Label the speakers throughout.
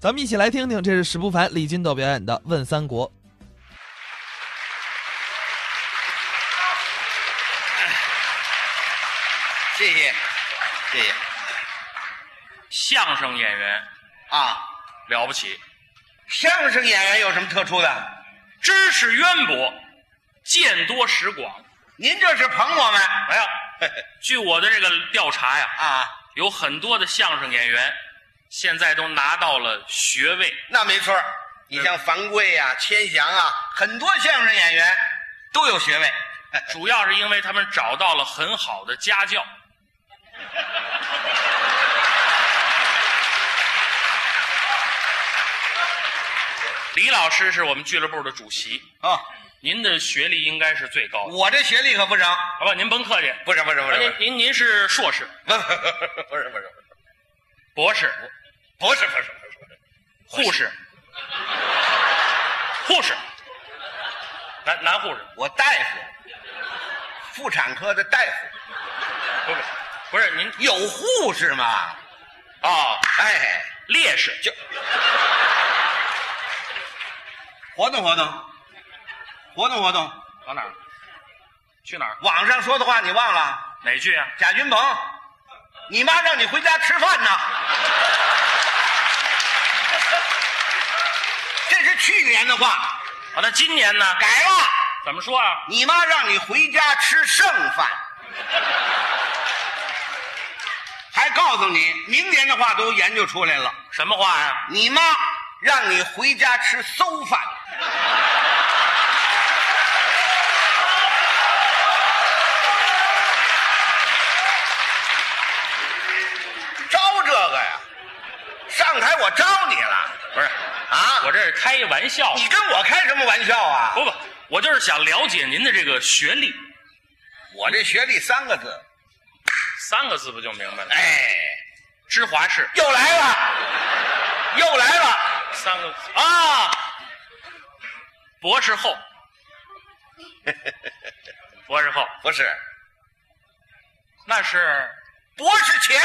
Speaker 1: 咱们一起来听听，这是史不凡、李金斗表演的《问三国》。
Speaker 2: 谢谢，谢谢
Speaker 3: 相声演员
Speaker 2: 啊！
Speaker 3: 了不起，
Speaker 2: 相声演员有什么特殊的？
Speaker 3: 知识渊博，见多识广。
Speaker 2: 您这是捧我们？
Speaker 3: 哎呀，据我的这个调查呀，
Speaker 2: 啊，
Speaker 3: 有很多的相声演员现在都拿到了学位，
Speaker 2: 那没错儿你像樊贵呀、千祥啊，很多相声演员都有学位。
Speaker 3: 主要是因为他们找到了很好的家教。李老师是我们俱乐部的主席，
Speaker 2: 啊，
Speaker 3: 您的学历应该是最高的，
Speaker 2: 我这学历可不成，
Speaker 3: 好吧？您甭客气，
Speaker 2: 不是不是不是不是
Speaker 3: 您您您是硕士、
Speaker 2: 不 是不是不是
Speaker 3: 博士、
Speaker 2: 不是不是不是不是，
Speaker 3: 护士、护士，男男护士，
Speaker 2: 我大夫，妇产科的大夫，
Speaker 3: 不是不是您
Speaker 2: 有护士吗？
Speaker 3: 啊，
Speaker 2: 哎，
Speaker 3: 烈士
Speaker 2: 就活动活动，活动活动。
Speaker 3: 往哪儿？去哪儿？
Speaker 2: 网上说的话你忘了？
Speaker 3: 哪句啊？
Speaker 2: 贾云鹏，你妈让你回家吃饭呢。这是去年的话，
Speaker 3: 啊，那今年呢？
Speaker 2: 改了。
Speaker 3: 怎么说啊？
Speaker 2: 你妈让你回家吃剩饭，还告诉你，明年的话都研究出来了。
Speaker 3: 什么话呀、
Speaker 2: 你妈让你回家吃馊饭，招这个呀？上台我招你了
Speaker 3: 不是，
Speaker 2: 啊？
Speaker 3: 我这是开一玩笑。
Speaker 2: 你跟我开什么玩笑啊？
Speaker 3: 不不，我就是想了解您的这个学历，
Speaker 2: 我这学历三个字，
Speaker 3: 三个字不就明白了？
Speaker 2: 哎，
Speaker 3: 芝华士
Speaker 2: 又来了，又来了。
Speaker 3: 三个字啊，博士后，博士后，
Speaker 2: 不是，
Speaker 3: 那是
Speaker 2: 博士前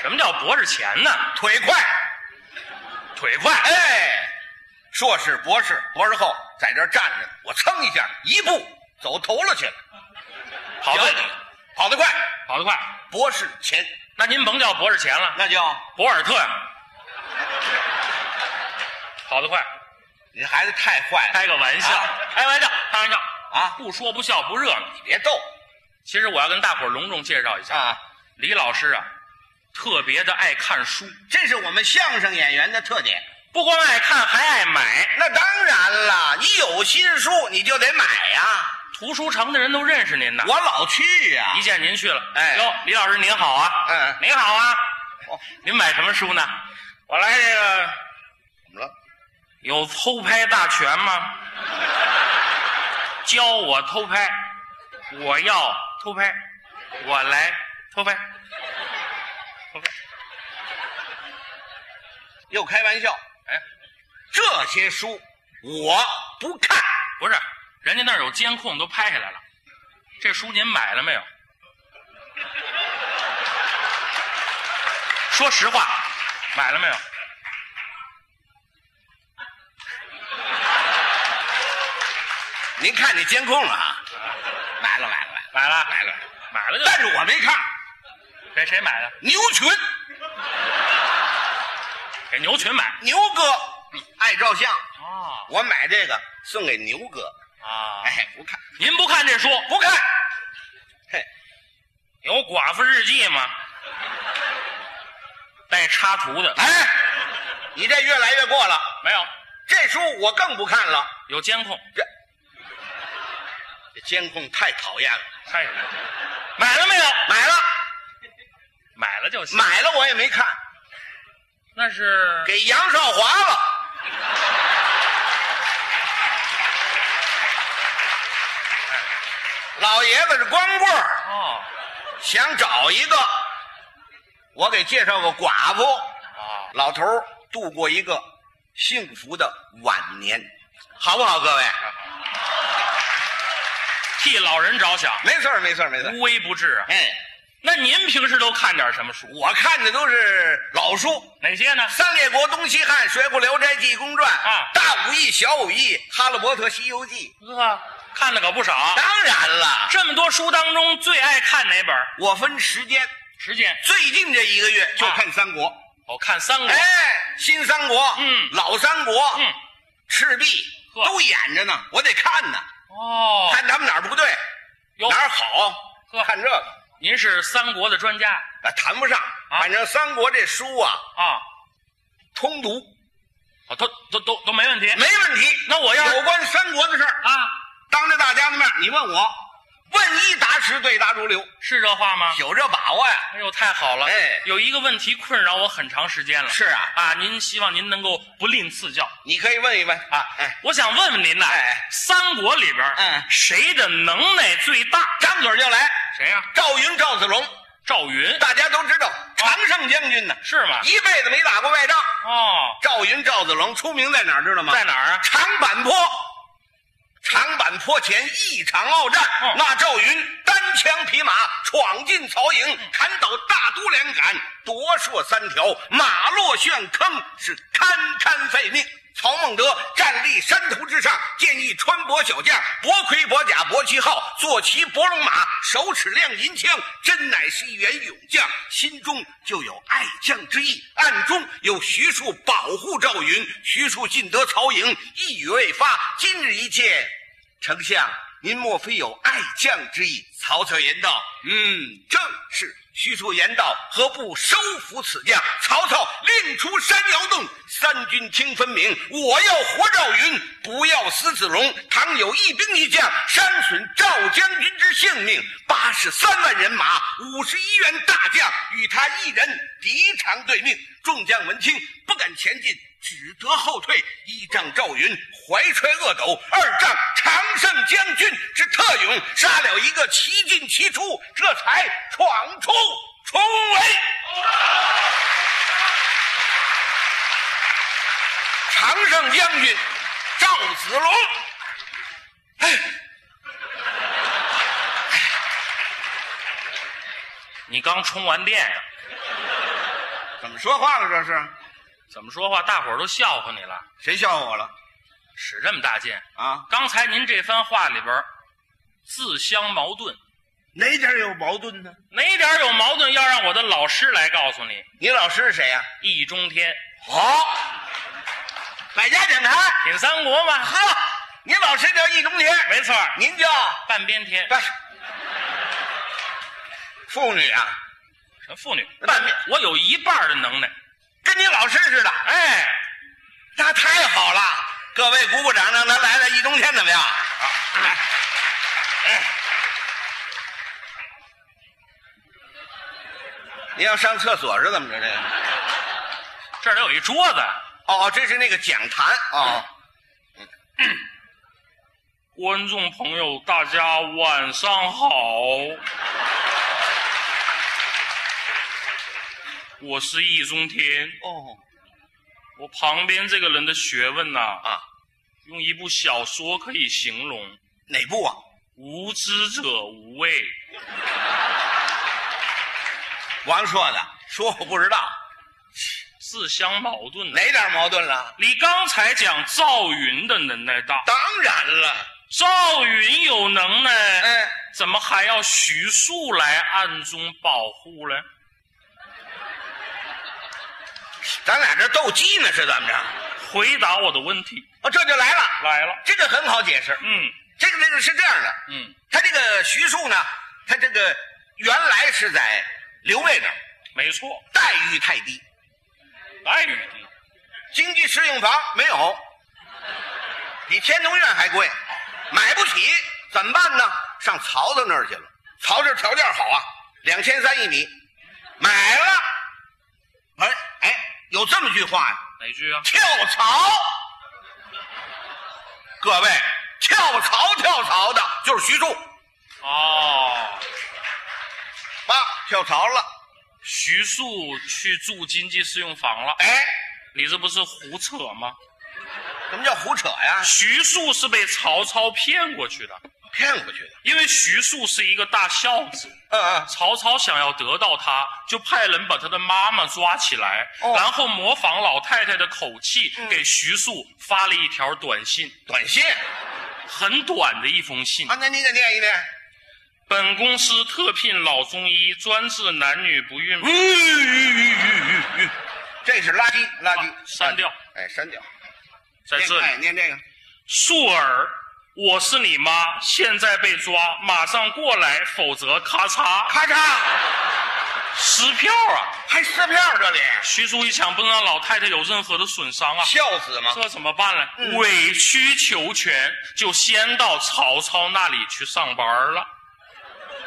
Speaker 3: 什么叫博士前呢？
Speaker 2: 腿快。
Speaker 3: 腿快，
Speaker 2: 哎，硕士、博士、博士后在这儿站着，我蹭一下，一步走头了去了，
Speaker 3: 跑得
Speaker 2: 行跑得快。
Speaker 3: 跑得快。
Speaker 2: 博士前，
Speaker 3: 那您甭叫博士前了，
Speaker 2: 那叫
Speaker 3: 博尔特，跑得快。
Speaker 2: 你这孩子太坏了，
Speaker 3: 开个玩笑
Speaker 2: 啊，
Speaker 3: 开玩笑，开玩笑
Speaker 2: 啊
Speaker 3: 不说不笑不热闹。
Speaker 2: 别逗
Speaker 3: 其实我要跟大伙儿隆重介绍一下，
Speaker 2: 啊！
Speaker 3: 李老师啊，特别的爱看书，
Speaker 2: 这是我们相声演员的特点。
Speaker 3: 不光爱看，还爱买。
Speaker 2: 那当然了，你有新书你就得买呀、
Speaker 3: 图书城的人都认识您呢，
Speaker 2: 我老去呀、
Speaker 3: 一见您去了，
Speaker 2: 哎
Speaker 3: 哟，李老师您好啊，
Speaker 2: 嗯
Speaker 3: 您好啊
Speaker 2: 哦，
Speaker 3: 您买什么书呢？我来这个
Speaker 2: 怎么了？
Speaker 3: 有偷拍大全吗？教我偷拍，我要偷拍，我来偷拍，偷拍。
Speaker 2: 又开玩笑？
Speaker 3: 哎，
Speaker 2: 这些书我不看，
Speaker 3: 不是，人家那儿有监控，都拍下来了。这书您买了没有？说实话，买了没有？
Speaker 2: 您看你监控了啊？买了，买了，买了。
Speaker 3: 买了，
Speaker 2: 买了，
Speaker 3: 买了就
Speaker 2: 但是我没看
Speaker 3: 给谁买的？
Speaker 2: 牛群，
Speaker 3: 给牛群买。
Speaker 2: 牛哥嗯爱照相，
Speaker 3: 哦
Speaker 2: 我买这个送给牛哥。
Speaker 3: 啊，
Speaker 2: 哎，不看
Speaker 3: 您不看这书？
Speaker 2: 不看，嘿，
Speaker 3: 有寡妇日记吗？带插图的
Speaker 2: 哎，你这越来越过了。
Speaker 3: 没有？
Speaker 2: 这书我更不看了，
Speaker 3: 有监控，
Speaker 2: 这监控太讨厌了。
Speaker 3: 拍下来。买了没有？
Speaker 2: 买了，
Speaker 3: 买了就行。
Speaker 2: 买了我也没看，
Speaker 3: 那是
Speaker 2: 给杨少华了。老爷子是光棍儿，
Speaker 3: 哦
Speaker 2: 想找一个，我给介绍个寡妇。
Speaker 3: 哦，
Speaker 2: 老头儿度过一个幸福的晚年，好不好？各位，
Speaker 3: 替老人着想，
Speaker 2: 没事儿，没事儿，没事儿。
Speaker 3: 无微不至啊。
Speaker 2: 哎，
Speaker 3: 那您平时都看点什么书？
Speaker 2: 我看的都是老书，
Speaker 3: 哪些呢？
Speaker 2: 《三列国》《东西汉》《水浒》《聊斋》《济公传》
Speaker 3: 啊
Speaker 2: 大武艺、小武艺，《哈利波特》《西游记
Speaker 3: 啊，看了可不少。》。
Speaker 2: 当然了，
Speaker 3: 这么多书当中，最爱看哪本？
Speaker 2: 我分时间，
Speaker 3: 时间，
Speaker 2: 最近这一个月就看三国。
Speaker 3: 我看三国。
Speaker 2: 哎，新三国，
Speaker 3: 嗯
Speaker 2: 老三国，
Speaker 3: 嗯，
Speaker 2: 赤壁
Speaker 3: 呵
Speaker 2: 都演着呢，我得看呢，
Speaker 3: 哦，
Speaker 2: 看他们哪儿不对，
Speaker 3: 哟
Speaker 2: 哪儿好，
Speaker 3: 呵
Speaker 2: 看这个。
Speaker 3: 您是三国的专家
Speaker 2: 啊，谈不上，
Speaker 3: 啊
Speaker 2: 反正三国这书啊，
Speaker 3: 啊？
Speaker 2: 通读
Speaker 3: 哦都都都都没问题。
Speaker 2: 没问题。
Speaker 3: 那我要是
Speaker 2: 有关三国的事儿，
Speaker 3: 啊，
Speaker 2: 当着大家的面儿，你问我，问一答十，对答如流，
Speaker 3: 是这话吗？
Speaker 2: 有这把握呀？
Speaker 3: 哎呦，太好了！
Speaker 2: 哎
Speaker 3: 有一个问题困扰我很长时间了。
Speaker 2: 是啊，
Speaker 3: 啊，您希望您能够不吝赐教
Speaker 2: 你可以问一问
Speaker 3: 啊。
Speaker 2: 哎，
Speaker 3: 我想问问您呐、
Speaker 2: 哎
Speaker 3: 三国里边，
Speaker 2: 嗯
Speaker 3: 谁的能耐最大？
Speaker 2: 张嘴就来。
Speaker 3: 谁呀、
Speaker 2: 赵云、赵子龙，
Speaker 3: 赵云
Speaker 2: 大家都知道，常胜将军呢，
Speaker 3: 是吗？
Speaker 2: 一辈子没打过外仗。
Speaker 3: 哦，
Speaker 2: 赵云、赵子龙出名在哪儿？知道吗？
Speaker 3: 在哪儿啊？
Speaker 2: 长坂坡。长坂坡前一场鏖战，
Speaker 3: 嗯
Speaker 2: 那赵云单枪匹马闯进曹营，砍倒大都两杆，夺槊三条，马落陷坑，是堪堪废命。曹孟德站立山头之上，建议穿薄小将，薄盔薄甲薄旗号，坐骑薄龙马，手持亮银枪，真乃是一员勇将，心中就有爱将之意，暗中有徐庶保护赵云。徐庶进得曹营，一语未发，今日一见，丞相，您莫非有爱将之意？曹操言道：“嗯，正是。”徐庶言道：“何不收服此将？”曹操令出山摇动，三军听分明。我要活赵云，不要死子龙。倘有一兵一将伤损赵将军之性命，八十三万人马，五十一员大将，与他一人敌长对命。众将闻听，不敢前进，只得后退。一仗赵云怀揣恶斗，二仗常胜将军之特勇，杀了一个齐进齐出，这才闯出重围。常胜将军赵子龙，
Speaker 3: 你刚充完电呀、
Speaker 2: 怎么说话了？这是
Speaker 3: 怎么说话？大伙儿都笑话你了，
Speaker 2: 谁笑话我了
Speaker 3: 使这么大劲。
Speaker 2: 啊？
Speaker 3: 刚才您这番话里边，自相矛盾，
Speaker 2: 哪点有矛盾呢？
Speaker 3: 哪点有矛盾？要让我的老师来告诉你。
Speaker 2: 你老师是谁啊呀、
Speaker 3: 易中天，
Speaker 2: 好，百家讲坛。
Speaker 3: 品三国嘛，
Speaker 2: 呵，您老师叫易中天，
Speaker 3: 没错儿，
Speaker 2: 您叫
Speaker 3: 半边天，
Speaker 2: 不是妇女啊，
Speaker 3: 什么妇女，
Speaker 2: 半边
Speaker 3: 我有一半儿的能耐。
Speaker 2: 跟您老师似的。
Speaker 3: 哎，
Speaker 2: 那太好了，各位鼓鼓掌，让他来了易中天怎么样？哎您要上厕所是怎么着？这个
Speaker 3: 这儿有一桌子，
Speaker 2: 哦，这是那个讲坛哦，
Speaker 3: 观众朋友，大家晚上好。我是易中天，
Speaker 2: 哦
Speaker 3: 我旁边这个人的学问呐、
Speaker 2: 啊，
Speaker 3: 用一部小说可以形容：
Speaker 2: 哪部啊？
Speaker 3: 无知者无畏。
Speaker 2: 王朔的，说我不知道
Speaker 3: 自相矛盾的。
Speaker 2: 哪点矛盾了？
Speaker 3: 你刚才讲赵云的能耐大，
Speaker 2: 当然了，
Speaker 3: 赵云有能耐，
Speaker 2: 嗯、
Speaker 3: 怎么还要徐庶来暗中保护呢？
Speaker 2: 咱俩这斗鸡呢是怎么着？
Speaker 3: 回答我的问题
Speaker 2: 哦，这就来了，
Speaker 3: 来了，
Speaker 2: 这个很好解释。
Speaker 3: 嗯
Speaker 2: 这个这个是这样的，
Speaker 3: 嗯，
Speaker 2: 他这个徐庶呢，他这个原来是在刘备那儿，
Speaker 3: 没错，
Speaker 2: 待遇太低，
Speaker 3: 待遇低，
Speaker 2: 经济适应房没有，比天通苑还贵，买不起，怎么办呢？上曹操那儿去了。曹这条件好啊，两千三一米，买了。哎哎，有这么句话呀、
Speaker 3: 哪句啊？
Speaker 2: 跳槽。各位，跳槽跳槽的就是徐庶，
Speaker 3: 哦，
Speaker 2: 爸跳槽了，
Speaker 3: 徐庶去住经济适用房了，
Speaker 2: 哎，
Speaker 3: 你这不是胡扯吗？
Speaker 2: 什么叫胡扯呀？
Speaker 3: 徐庶是被曹操骗过去的，
Speaker 2: 骗过去的。
Speaker 3: 因为徐庶是一个大孝子，
Speaker 2: 嗯嗯，
Speaker 3: 曹操想要得到他，就派人把他的妈妈抓起来，
Speaker 2: 哦
Speaker 3: 然后模仿老太太的口气，
Speaker 2: 嗯
Speaker 3: 给徐庶发了一条短信，
Speaker 2: 短信
Speaker 3: 很短的一封信
Speaker 2: 啊，。那你给念一念。
Speaker 3: 本公司特聘老中医，专治男女不孕。
Speaker 2: 嗯这是垃圾，垃圾，
Speaker 3: 啊删掉。
Speaker 2: 哎，删掉。
Speaker 3: 在这
Speaker 2: 哎，
Speaker 3: 里，
Speaker 2: 念这个。
Speaker 3: 庶儿，我是你妈，现在被抓，马上过来，否则咔嚓
Speaker 2: 咔嚓，
Speaker 3: 撕票啊！
Speaker 2: 还撕票这里，
Speaker 3: 徐庶一想，不能让老太太有任何的损伤啊。
Speaker 2: 孝子嘛。
Speaker 3: 这怎么办呢？
Speaker 2: 嗯
Speaker 3: 委曲求全，就先到曹操那里去上班了。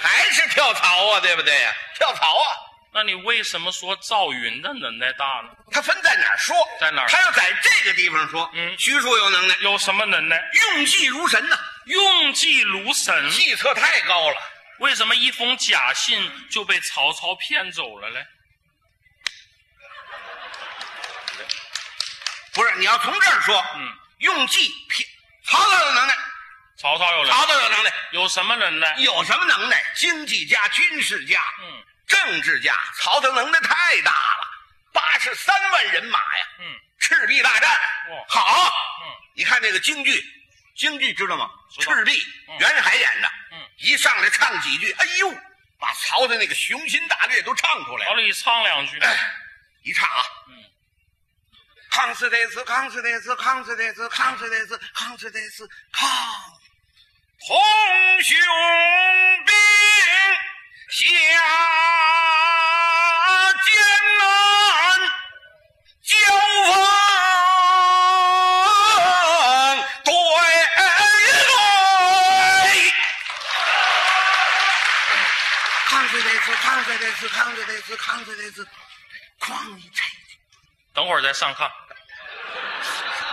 Speaker 2: 还是跳槽啊，对不对呀？跳槽啊，
Speaker 3: 那你为什么说赵云的能耐大呢？
Speaker 2: 他分在哪儿说，
Speaker 3: 在哪儿
Speaker 2: 他要在这个地方说，
Speaker 3: 嗯
Speaker 2: 徐庶有能耐，
Speaker 3: 有什么能耐？
Speaker 2: 用计如神呐、
Speaker 3: 用计如神。
Speaker 2: 计策太高了。
Speaker 3: 为什么一封假信就被曹操骗走了呢？
Speaker 2: 不是，你要从这儿说，
Speaker 3: 嗯，
Speaker 2: 用计骗曹操有能耐，
Speaker 3: 曹操有人，
Speaker 2: 曹操有能耐，
Speaker 3: 有什么能耐？
Speaker 2: 有什么能耐？经济家、军事家、
Speaker 3: 嗯
Speaker 2: 政治家，曹操能耐太大了，八十三万人马呀，
Speaker 3: 嗯，
Speaker 2: 赤壁大战，
Speaker 3: 哇
Speaker 2: 好，
Speaker 3: 嗯，
Speaker 2: 你看这个京剧，京剧知道吗？
Speaker 3: 知道
Speaker 2: 赤壁，
Speaker 3: 嗯
Speaker 2: 袁海演的，
Speaker 3: 嗯，
Speaker 2: 一上来唱几句，哎呦，把曹操那个雄心大略都唱出来
Speaker 3: 老
Speaker 2: 了，
Speaker 3: 李唱两 句。
Speaker 2: 一哎唱啊，
Speaker 3: 嗯。
Speaker 2: 康斯戴斯，康斯戴斯，康斯戴斯，康斯戴斯，康斯戴斯，康。同兄兵下艰难，交锋对垒。康斯戴斯，康斯戴斯，康斯戴斯，康斯戴斯，哐一拆。
Speaker 3: 等会儿再上炕，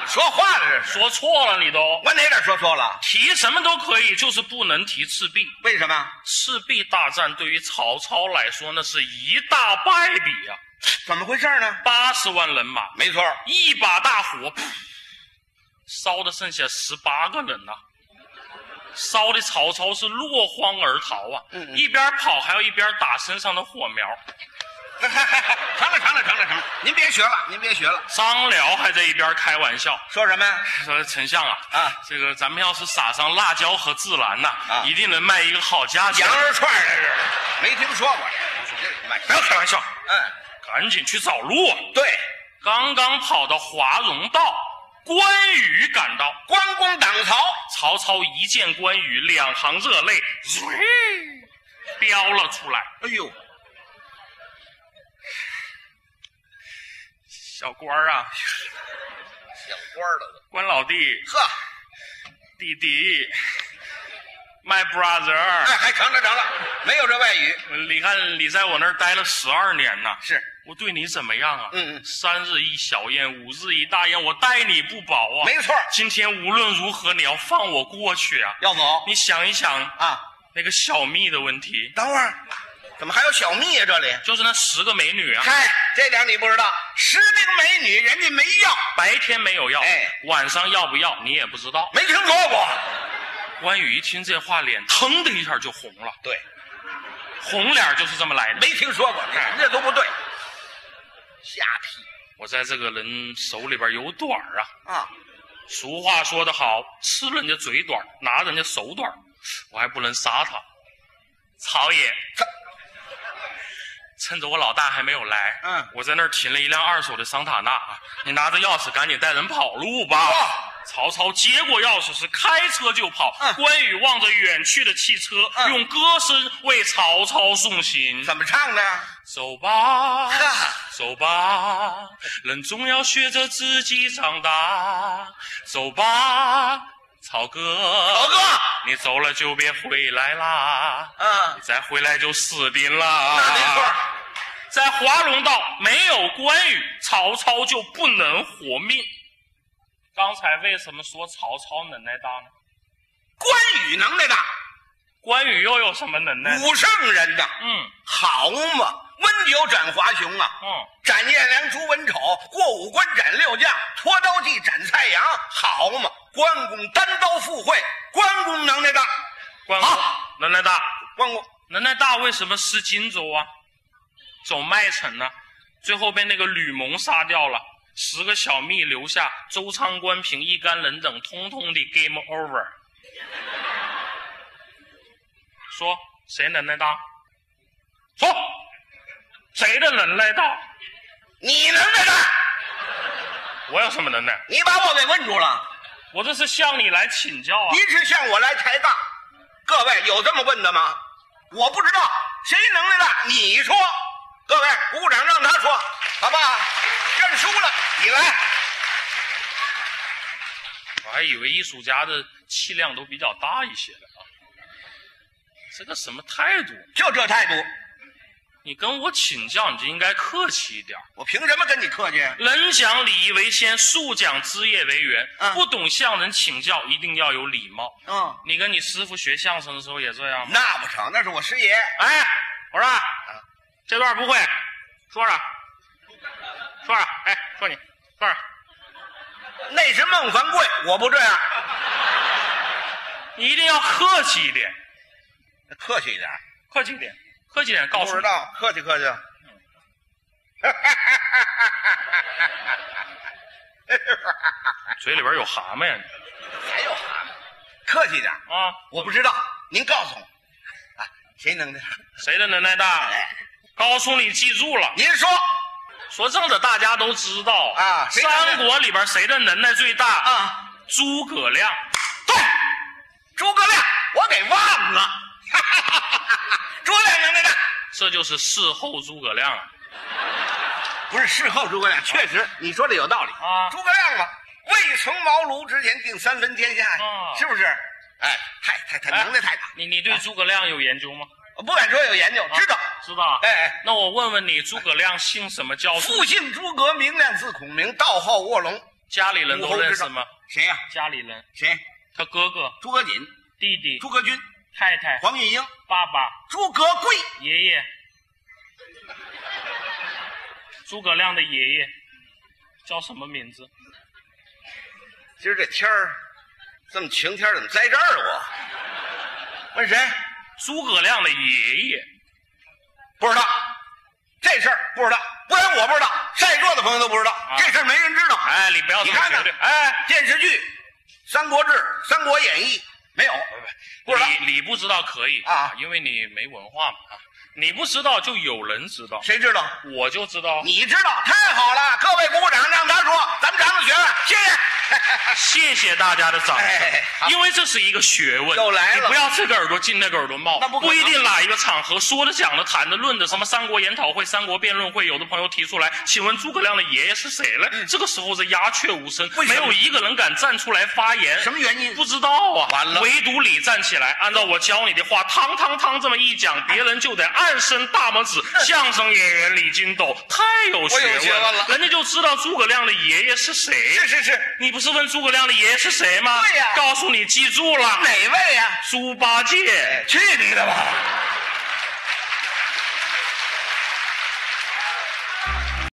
Speaker 2: 说话了这是？
Speaker 3: 说错了你都
Speaker 2: 我哪点说错了？
Speaker 3: 提什么都可以，就是不能提赤壁。
Speaker 2: 为什么？
Speaker 3: 赤壁大战对于曹操来说，那是一大败笔啊！
Speaker 2: 怎么回事呢？
Speaker 3: 八十万人马，
Speaker 2: 没错，
Speaker 3: 一把大火，噗烧的剩下十八个人呐、烧的曹操是落荒而逃啊！
Speaker 2: 嗯嗯
Speaker 3: 一边跑还要一边打身上的火苗，
Speaker 2: 成了，成了，成了，成了！ 您别学了，您别学了。
Speaker 3: 张辽还在一边开玩笑
Speaker 2: 说什么呀？
Speaker 3: 说：“丞相啊，
Speaker 2: 啊
Speaker 3: 这个咱们要是撒上辣椒和孜然呐、
Speaker 2: 啊
Speaker 3: 一定能卖一个好价钱。”
Speaker 2: 羊肉串儿这是？没听说过这。
Speaker 3: 不要开玩笑，
Speaker 2: 嗯，
Speaker 3: 赶紧去找路啊！
Speaker 2: 对，
Speaker 3: 刚刚跑到华容道，关羽赶到，
Speaker 2: 关公挡曹，
Speaker 3: 曹操一见关羽，两行热泪嗯飙了出来。
Speaker 2: 哎呦，
Speaker 3: 小官儿啊，
Speaker 2: 小官儿了
Speaker 3: 关老弟，
Speaker 2: 都。呵，
Speaker 3: 弟 弟，my brother，
Speaker 2: 哎，还成了，成了，没有这外语。
Speaker 3: 你看你在我那儿待了十二年呐，
Speaker 2: 是，
Speaker 3: 我对你怎么样啊？
Speaker 2: 嗯嗯
Speaker 3: 三日一小宴，五日一大宴，我待你不薄啊。
Speaker 2: 没错儿，
Speaker 3: 今天无论如何你要放我过去啊！
Speaker 2: 要走
Speaker 3: 你想一想
Speaker 2: 啊？
Speaker 3: 那个小蜜的问题，
Speaker 2: 等会儿，怎么还有小蜜呀？这里？
Speaker 3: 就是那十个美女啊，
Speaker 2: 嗨，这点你不知道，十名美女人家没要，
Speaker 3: 白天没有要，
Speaker 2: 哎
Speaker 3: 晚上要不要你也不知道。
Speaker 2: 没听说过。
Speaker 3: 关羽一听这话，脸腾的一下就红了，
Speaker 2: 对，
Speaker 3: 红脸就是这么来的。
Speaker 2: 没听说过，你这都不对。瞎批
Speaker 3: 我在这个人手里边有短儿啊，
Speaker 2: 啊！
Speaker 3: 俗话说得好，吃人家嘴短，拿人家手短，我还不能杀他。曹爷
Speaker 2: 他，
Speaker 3: 趁着我老大还没有来，
Speaker 2: 嗯
Speaker 3: 我在那儿停了一辆二手的桑塔纳啊，你拿着钥匙赶紧带人跑路吧。
Speaker 2: 哇
Speaker 3: 曹操接过钥匙是开车就跑，
Speaker 2: 嗯
Speaker 3: 关羽望着远去的汽车，
Speaker 2: 嗯
Speaker 3: 用歌声为曹操送行。
Speaker 2: 怎么唱的呀？
Speaker 3: 走吧
Speaker 2: 哈，
Speaker 3: 走吧，人总要学着自己长大。走吧，曹
Speaker 2: 老
Speaker 3: 哥，
Speaker 2: 哥，
Speaker 3: 你走了就别回来啦，
Speaker 2: 嗯
Speaker 3: 你，再回来就死定
Speaker 2: 那没错
Speaker 3: 啦。
Speaker 2: 儿，
Speaker 3: 在华容道没有关羽，曹操就不能活命。刚才为什么说曹操能耐大呢？
Speaker 2: 关羽能耐大，
Speaker 3: 关羽又有什么能耐呢？
Speaker 2: 武圣人呐，
Speaker 3: 嗯
Speaker 2: 好嘛，温酒斩华雄啊，
Speaker 3: 嗯，
Speaker 2: 斩颜良诛文丑，过五关斩六将，拖刀计斩蔡阳，好嘛，关公单刀赴会，关公能耐大，
Speaker 3: 关公
Speaker 2: 好，
Speaker 3: 能耐大，
Speaker 2: 关公
Speaker 3: 能耐大为什么失荆州啊？走麦城呢？最后被那个吕蒙杀掉了，十个小蜜留下，周仓、关平、一干人等，通通的 game over。说谁能耐大？说谁的能耐大？
Speaker 2: 你能耐大？
Speaker 3: 我有什么能耐？
Speaker 2: 你把我给问住了。
Speaker 3: 我这是向你来请教啊！
Speaker 2: 您是向我来抬杠，各位有这么问的吗？我不知道谁能耐大，你说。各位鼓掌让他说，好不好？认输了，你来。
Speaker 3: 我还以为艺术家的气量都比较大一些的啊。这个什么态度？啊
Speaker 2: 就这态度，
Speaker 3: 你跟我请教，你就应该客气一点。
Speaker 2: 我凭什么跟你客气？啊
Speaker 3: 人讲礼仪为先，树讲枝叶为源。
Speaker 2: 嗯
Speaker 3: 不懂向人请教，一定要有礼貌。
Speaker 2: 嗯，
Speaker 3: 你跟你师傅学相声的时候也这样吗？
Speaker 2: 那不成，那是我师爷。
Speaker 3: 哎，我说啊，这段不会，说说，说说，哎，说你，说说，
Speaker 2: 那是孟凡贵，我不这样，
Speaker 3: 你一定要客气一点，
Speaker 2: 客气一点。
Speaker 3: 客气一点，客气一点，告
Speaker 2: 不
Speaker 3: 诉
Speaker 2: 知
Speaker 3: 你。
Speaker 2: 道，客气客气。
Speaker 3: 嘴里边有蛤蟆呀你
Speaker 2: 还有蛤蟆，客气点。
Speaker 3: 啊！
Speaker 2: 我不知道，您告诉我，啊，谁能耐大？
Speaker 3: 谁的能耐大？高诉你记住了，
Speaker 2: 您说，
Speaker 3: 说正的大家都知道
Speaker 2: 啊谁能耐
Speaker 3: 三国里边谁的能耐最大？
Speaker 2: 啊，
Speaker 3: 诸葛亮。
Speaker 2: 对，诸葛亮，我给忘了。 诸葛亮能耐大，
Speaker 3: 这就是事后诸葛亮。
Speaker 2: 不是事后诸葛亮，确实你说的有道理
Speaker 3: 啊
Speaker 2: 诸葛亮嘛，未曾茅庐之前定三分天下呀，
Speaker 3: 啊
Speaker 2: 是不是？哎，太太太能耐太大，
Speaker 3: 你你对诸葛亮有研究吗？
Speaker 2: 我不敢说有研究，知道。
Speaker 3: 知道。啊
Speaker 2: 哎哎，
Speaker 3: 那我问问你，诸葛亮姓什么叫什么？
Speaker 2: 父姓诸葛，名亮，字孔明，道号卧龙。
Speaker 3: 家里人都认识吗？
Speaker 2: 谁呀、
Speaker 3: 家里人，
Speaker 2: 谁？
Speaker 3: 他哥哥、
Speaker 2: 诸葛瑾、
Speaker 3: 弟弟、
Speaker 2: 诸葛均、
Speaker 3: 太太、
Speaker 2: 黄玉英、
Speaker 3: 爸爸、
Speaker 2: 诸葛贵。
Speaker 3: 爷爷，诸葛亮的爷爷叫什么名字？
Speaker 2: 今儿这天儿这么晴天儿，怎么在这儿啊我？问谁？
Speaker 3: 诸葛亮的爷爷，
Speaker 2: 不知道，这事儿不知道，不然我不知道，晒桌子朋友都不知道，这事儿没人知道。
Speaker 3: 哎，你不要
Speaker 2: 你
Speaker 3: 这么
Speaker 2: 看
Speaker 3: 绝
Speaker 2: 看
Speaker 3: 对，，
Speaker 2: 哎，电视剧《三国志》《三国演义》没有，不知道
Speaker 3: 你你不知道可以
Speaker 2: 啊
Speaker 3: 因为你没文化嘛。啊你不知道就有人知道，
Speaker 2: 谁知道？
Speaker 3: 我就知道。
Speaker 2: 你知道，太好了！各位鼓掌，让他说，咱们长长学问，谢谢。
Speaker 3: 谢谢大家的掌声，
Speaker 2: 哎好
Speaker 3: 因为这是一个学问。
Speaker 2: 又来了
Speaker 3: 你不要这个耳朵进那个耳朵冒，
Speaker 2: 那不可能
Speaker 3: 一定哪一个场合说的、讲的、谈的、论的，什么三国研讨会、三国辩论会，有的朋友提出来，请问诸葛亮的爷爷是谁呢？这个时候是鸦雀无声，
Speaker 2: 嗯为什
Speaker 3: 没
Speaker 2: 么
Speaker 3: 有一个人敢站出来发言。
Speaker 2: 什么原因
Speaker 3: 不知道啊，
Speaker 2: 完了
Speaker 3: 唯独你站起来，按照我教你的话，汤汤汤这么一讲，
Speaker 2: 哎
Speaker 3: 别人就得暗伸大拇 指。相声演员李金斗太有学
Speaker 2: 我有学问了
Speaker 3: 人家就知道诸葛亮的爷爷是谁。
Speaker 2: 是是是，
Speaker 3: 你不是问诸葛亮的爷爷是谁吗？
Speaker 2: 对呀
Speaker 3: 告诉你，记住了，
Speaker 2: 哪位呀、哎
Speaker 3: 猪八戒。
Speaker 2: 去你的吧！